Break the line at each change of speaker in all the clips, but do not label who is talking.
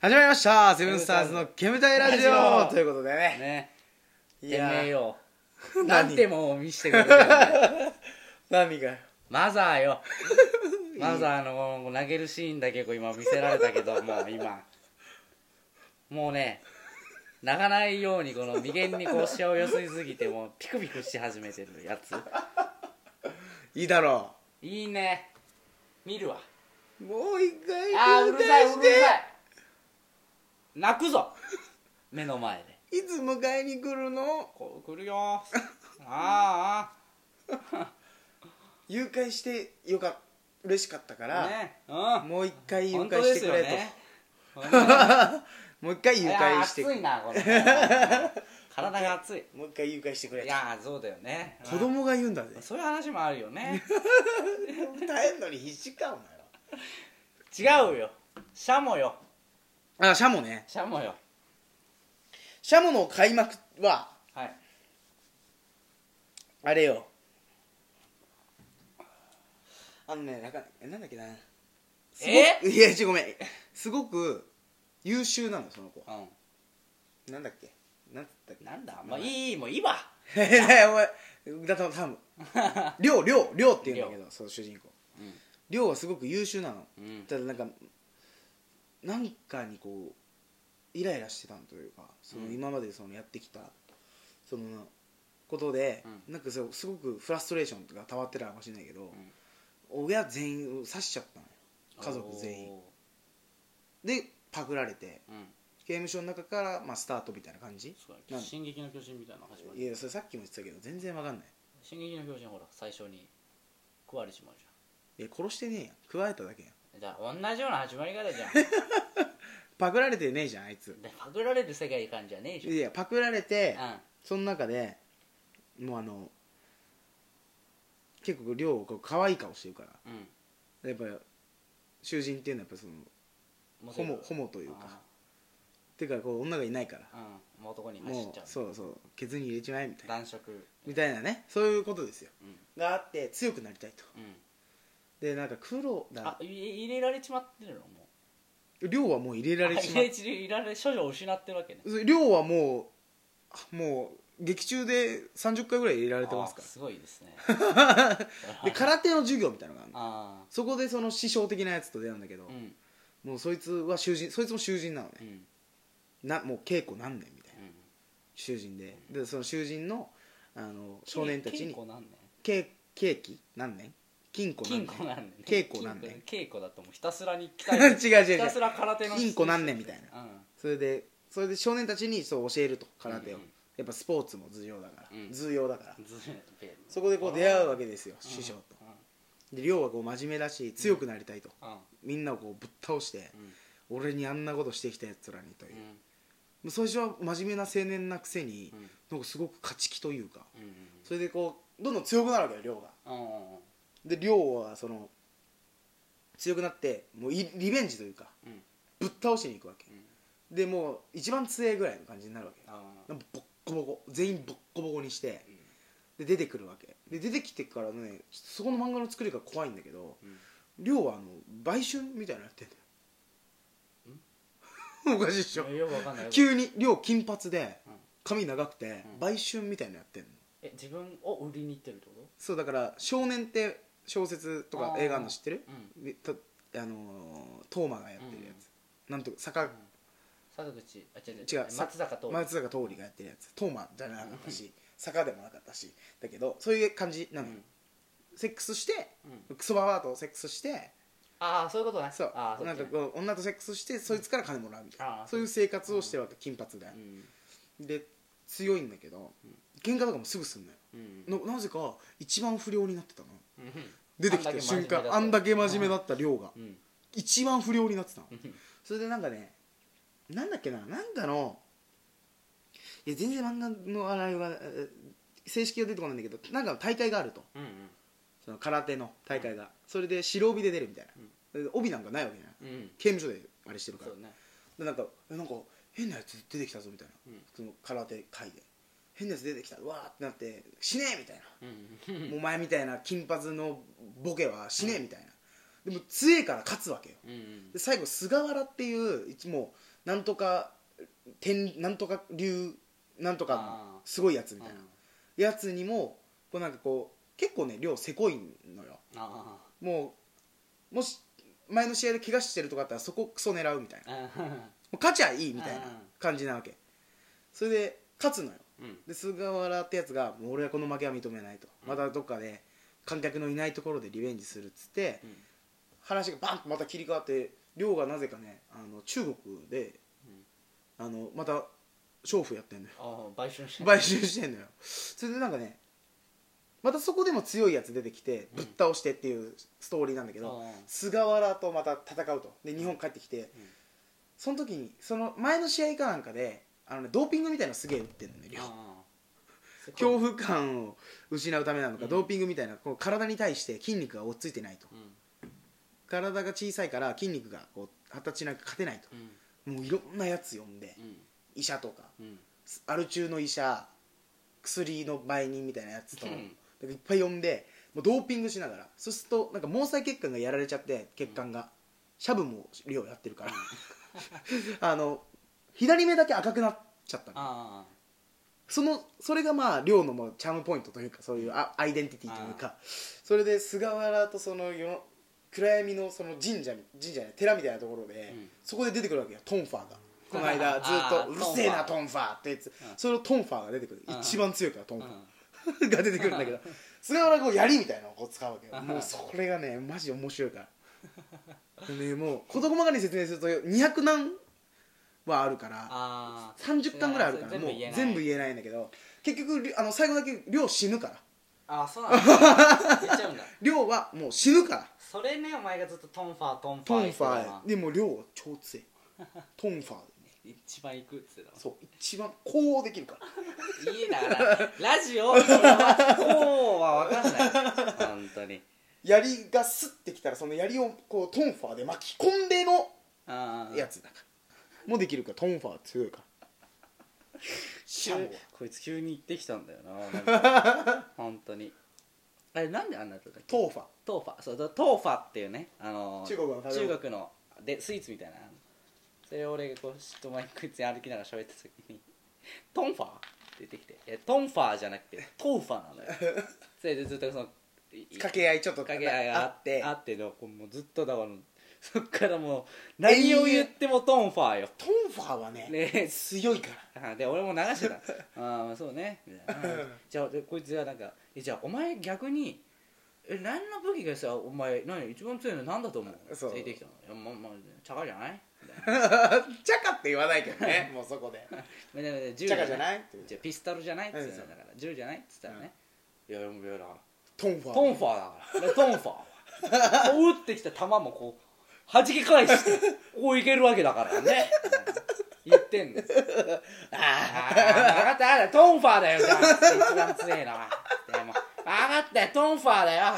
始まりましたセブンスターズの煙たいラジ
ラジ
オ
オ
ということでね
ね
い
てめえ
や
よ
何
なんてもんを見せてくれてるんだよ
何がよ
マザー よマザーの投げるシーンだけこう今見せられたけ どもう今もうね泣かないようにこの眉間にこうしわをよそいすぎてもうピクピクし始めてるやつ
いいだろ
いいね見るわ
うもう一回
あーうるさいう
繰
る
り返して
さい泣くぞ目の前で
いつ迎えに来るの
こう来るよあーあ
誘拐してよかっ嬉しかったか
あ
ら、
ねうん
もう一回誘
本
拐
当
し
で
て
す
く
よ
れと、
ねい
もう一回誘
や
拐してく
熱い
れ
な これ体が熱い
もう一回誘拐してくれ
い
と
やそうだよね
子供が言うんだぜ
うんそういう話もあるよね
耐えんのに必死かお前
違うよシャモよ
はあシャモね
シャモよ
シャモの開幕は
はい
あれよあのねなんかなんだっけなすご
え
くいやちょごめんすごく優秀なのその子
う
なんだっけなんつったっけ
んなんだまあいいもういいわ
えね お前だと多分 りょうりょうりょうって言うんだけどその主人公
うん
りょうはすごく優秀なの
うん
ただなんか何かにこうイライラしてたのというかその
うん
今までそのやってきたそのことで、なんかそうすごくフラストレーションが溜まってたかもしれないけど、
ん
親全員を刺しちゃったのよ家族全員
お
でパクられて
ーうん
刑務所の中から、まあ、スタートみたいな感じ
そう
な
だ
ん
進撃の巨人みたいなの始ま
い
り
やそれさっきも言ってたけど全然わかんない
進撃の巨人ほら最初に食われちまうじ
いや殺してねえやん食われただけやん
ゃんだから同じような始まり方 じゃん
パクられてねえじゃんあいつ
でパクられる世界観じゃねえじ
いやパクられて、
ゃんうん
その中でもうあの結構亮こう可愛い顔してるから
うん
やっぱ囚人っていうのはやっぱその
モ
ホ
テる
モホモというかっていうかこう女がいないから
あーうんもう男に走っ
も
ちゃ
う
う
そうそうケツに入れちまえみたいな
男色
みたいなねそういうことですよ、
う
があって強くなりたいと
うん
でなんか黒
あ
だ
い入れられちまってるのも
亮はもう入れ
う
られちまっ
あ入れられ処女を失ってるわけね
そう亮はもうあもう劇中で30回ぐらい入れられてますか
あすごいで すね
らで空手の授業みたいなのがあるの
あ
そこでその師匠的なやつと出会うんだけど、
あうん
もうそいつは囚人そいつも囚人なの
う
ね、
ん
なもう稽古何年みたいな
うん
囚人ででその囚人のあの少年たちに
金庫なんね
稽稽期何年金庫何
金
年
庫なんね
稽古なんね
稽古だともうひたすらに 鍛えて
違う違う違う
ひたすら空手の
金庫何年みたいな
な
それでそれで少年たちにそう教えると空手を、
うんうん
やっぱスポーツも重要だから、
うん
重要だから
うんずべ
そこでこう出会うわけですよ師匠と
うん
で亮はこう真面目だし強くなりたいと、
うん
みんなをこうぶっ倒して、俺にあんなことしてきたやつらにというう、
ん
もう最初は真面目な青年なくせに、
うん
なんかすごく勝ち気というか、
うんうん
それでこうどんどん強くなるわけよ亮が
うんうん
で亮はその強くなってもういリベンジというか
うん
ぶっ倒しに行くわけ
う、
でもう一番強いぐらいの感じになるわけ
あ
なんかボッコボコ全員ボッコボコにして、で出てくるわけで出てきてからねちょっとそこの漫画の作りが怖いんだけど
ーうん
亮はあの売春みたいなのやってんだよ おかしいっしょ
いやよくわかんない
急に亮金髪で
うん
髪長くて
うん
売春みたいなのやってんの
え自分を売りに行ってるってこ
そうだから少年って小説とか
あー
映画あるの知ってる
とうん
でとあのートーマがやってるやつ、なんと坂
坂口あ違う
違うさ
松坂桃李
松坂桃李がやってるやつトーマじゃなかったし、坂でもなかったしだけどそういう感じなのよ、セックスして
うんうん
クソババアとセックスして
ああそういうことね
そう
ああ
なんか
う
こう女とセックスしてそいつから金もらうみたい
あ
な
ー
そういう生活をしてるわけ、金髪で、
ん
で強いんだけど喧嘩とかもすぐすんのよ
うん
ななぜか一番不良になってたの
うん
出てきた瞬間あんだけ真面目だった亮が、
うん
一番不良になってたの
うん
それでなんかねなんだっけななんかのいや全然漫画のあれはえー正式が出てこないんだけどなんかの大会があると
うん
その空手の大会がそれで白帯で出るみたいな
うん、
それで帯なんかないわけじゃない
うん
刑務所であれしてるから
そうね
でなんかえなんか変なやつ出てきたぞみたいな、
うん
その空手会で変なやつ出てきたうわーってなって死ねえみたいな
うん
もうお前みたいな金髪のボケは死ねえみたいな、でも強えから勝つわけよ
うん
で最後菅原っていう一もうなんとか天なんとか流なんとか
あ
すごいやつ
ー
み
うん
たいなやつにもこうなんかこう結構ね量せこいのよ
あ
もうもし前の試合で怪我してるとかあったらそこクソ狙うみたいな
ーうん
もう勝ちゃいいみたいな
うん
感じなわけそれで勝つのよ
うん
で菅原ってやつが「もう俺はこの負けは認めない」とまたどっかで観客のいないところでリベンジするっつって
うん
話がバンとまた切り替わって亮がなぜかねあの中国で
うん
あのまた娼婦やってんのよ
あー買収して
買収してんのよそれでなんかねまたそこでも強いやつ出てきてぶっ倒してっていうストーリーなんだけど、
あー
菅原とまた戦うとで日本帰ってきて、その時にその前の試合かなんかであの、ね、ドーピングみたいなのすげえ打ってるのね両方
あー
恐怖感を失うためなのか、
うん
ドーピングみたいなこう体に対して筋肉が追っついてないと
うん
体が小さいから筋肉がこう発達しなく勝てないと
うん
もういろんなやつ呼んで
うん
医者とか
うん
アル中の医者薬の売人みたいなやつと、
うん
いっぱい呼んでもうドーピングしながらそうするとなんか毛細血管がやられちゃって血管が、シャブも量やってるから、 あの左目だけ赤くなっちゃったの
あ
そのそれがまあ量のもうチャームポイントというかそういうあアイデンティティというかそれで菅原とその世の暗闇のその神社神社や寺みたいなところで、
うん
そこで出てくるわけよトンファーがこの間ずっ
あ
と「う
ー
るせえなト
ト
ンファー」ってやつ
うん
それをトンファーが出てくる
うん
一番強いからトン
ー
ファ
う
ー
ん
が出てくるんだけど菅原がこう槍みたいなのをこう使うわけよ
うん
もうそれがねマジ面白いからねもう事細かに説明すると200何はあるから
あー
30巻ぐらいあるから
全
も
部
う
言えない
全部言えないんだけど結局りあの最後だけ亮死ぬから
あーそうなんだ言っちゃうんだ
亮はもう死ぬから
それねお前がずっとトンファートンファー
ト
言
ン
って
フ
たな
ァーでもう亮は超強いトンファー
一番行くっつってた
そう一番こうできるから
のいいなラジオこうは分かんない本当に
槍がスッてきたらその槍をこうトンファーで巻き込んでの
ああ
やつだからもうできるからトンファー強いからシャモ
こいつ急に行ってきたんだよななんか本当にあれなんであんなやつだっけ
トーファ
トーファそうだトーファっていうねあの
中国の食べ物
中国のでスイーツみたいなそれを俺がこう人前にこいつに歩きながら喋ってた時に「トンファー?」って出てきてえ「トンファー」じゃなくて「トーファー」なのよそれでずっとそのいい
掛け合いちょっと
掛け合いが
あ
あ
っ
っててあってのこうもうずっとだからそっからもう何を言ってもトンファーよ
トンファーはね
ね
強いから
あで俺も流 してたああそうねみたいなうんじゃあでこいつがなんかえじゃあお前逆にえ何の武器がさお前何一番強いの何だと思う
そう
出てきたのいやままチャカじゃないみたいな
チャカって言わないけどねもうそこで
みたいなで銃
チャカじゃないって
じゃあピストルじゃないっつって
うんそ
た
うん
だから銃じゃないっつったらね、いやいやもういやだから
トンファー
トンファーだからでトンファーはこう打ってきた球もこう弾き返してこういけるわけだからね言ってんのああ分かった分かったトンファーだよじゃあ一番強いのはでも分かったよトンファーだよ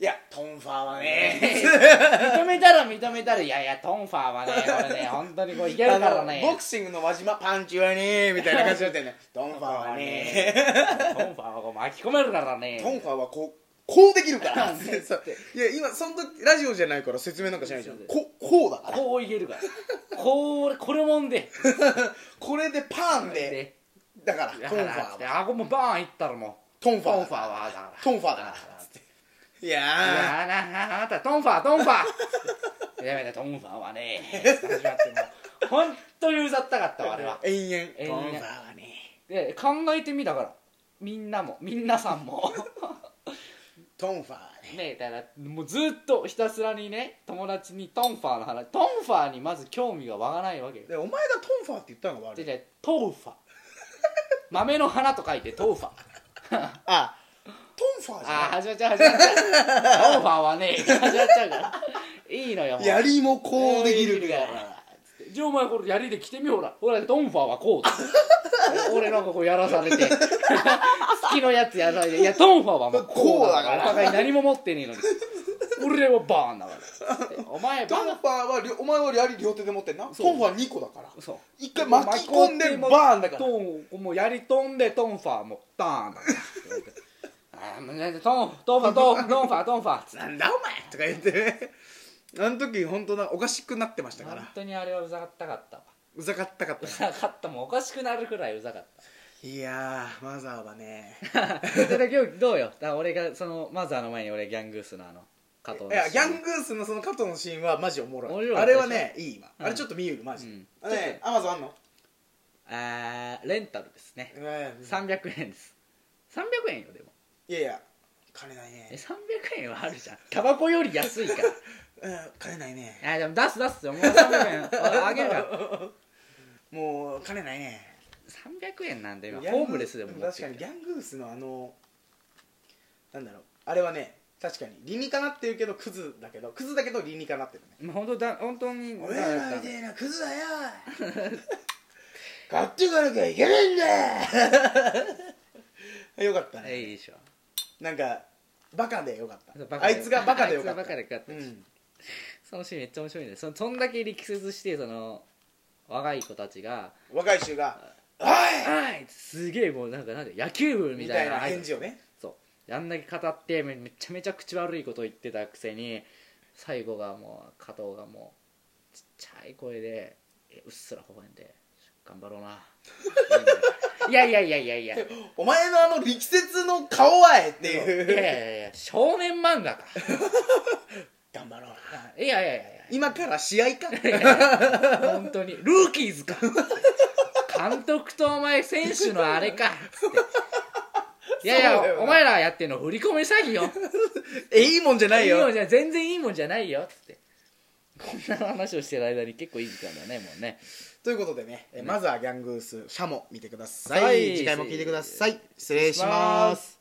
いやトンファーはね
認めたら認めたらいやいやトンファーはね俺ね本当にこういける
あ
から
のボ
ね
クシングの輪島パンチはねみたいな感じだ ったよねトンファーはね
トンファーはこう巻き込めるからね
トンファーはこうこうできるから
そうそう
そういや今その時ラジオじゃないから説明なんかしないじゃん
そうそう
ここうだから
こういけるからこう俺これもんで
これでパーンでだからトンフ
だか
ァ
ら
ー
つっ
は
てあごもバーンいったらもう
トンファー
トンファーはだから
トンファーだから
つって
い
い
やー
やなあなたトンファートンファーつっていやいやトンファー はね始まってもう本当にうざったかったわあれは
延
延
々
々
トンファーはね
で考えてみたからみんなもみんなさん も
トンファーはね
ねだからもうずっとひたすらにね友達にトンファーの話トンファーにまず興味が湧かないわけよ
でお前がトンファーって言ったのが悪
で
い
でトウファ豆の花と書いてトウファ
あトンファーじ
あ
ゃ
あ始まっちゃう始まっちゃう トウファーはね始まっちゃうからいいのよも
な
う
い槍もこうでき
こう
る
できる
か
かららじゃあお前これ槍で着てみよほらほらドンファーはこうだ 俺なんかこうやらされて 好きのやつやられていやドンファーはもうこうだ
こうだか
から
ら
お互い何も持ってねえのに俺はバーンだからお前バ
ト
ー
ン
ン
ファーは両お前は槍両手で持ってんなトン
そう
ファー2個だから
そう
一回巻き込んでバーンだから
トンもうやり飛んでトンファーもうダーンだからあーもうねトントンファートントンファートンファーっつって
なんだお前とか言ってねあの時本当なおかしくなってましたか
本
ら
当にあれはうざかったかったわ
うざかったかっ
う
た
ざかったもんおかしくなるくらいうざかっ
いやーマザーはね
た それ今日どうよだから俺がそのマザーの前に俺ギャングースのあの加藤の
いやギャングースのその加藤のシーンはマジおも
面
ろい
白か
あ
った
れ
でしょ
はねいい今、あれちょっと見るマジで、
うん
あねアマゾンあんの、
あーレンタルですね300円です300円よでも
いやいや金ない
え
ね、
300円はあるじゃんタバコより安いから
うん、金ないね
あでも出す出すもう300円 ああげるから
もう金ないね
300円なんで今
ギャング
ホームレスでも持って
確
き
か
た
にギャングースのあのなんだろうあれはね確かに理にかなってるけどクズだけどクズだけど理にかなってるね
まあ本当だ本当に
俺らみたいなクズだよ買ってかなきゃいけないんだ よかった
えいい
ね
でしょ
なんかバカでよかったあ
あ
いつがバカでよかった
あいつがバカでよかった
うん
そのシーンめっちゃ面白いねそそんだけ力説してその若い子たちが
若い衆が「おい!
「はい!」すげえもうなんかなんか野球部」み
み
た
た
い
いな
な
返事をね
そうあんだけ語ってめめちゃめちゃ口悪いこと言ってたくせに最後がもう加藤がもうちっちゃい声でえうっすら微笑んで「頑張ろうな」 いやいやいやいやいやいや
「お前のあの力説の顔はえ!」って
いやい
いう
やいや少年漫画か
「頑張ろうない
やいやいやいや
今から試合か」
本当にルーキーズか監督とお前選手のあれかつっていやい
そうだよ
や
な
お前らやってんの振り込め詐欺よ
えいいもんじゃない
いいも
よ
んじゃ全然いいもんじゃないよつってこんな話をしてる間に結構いい時間だねもうね
ということでね、えまずはギャングースシャモ見てください、
はい
次回も聞いてください失礼します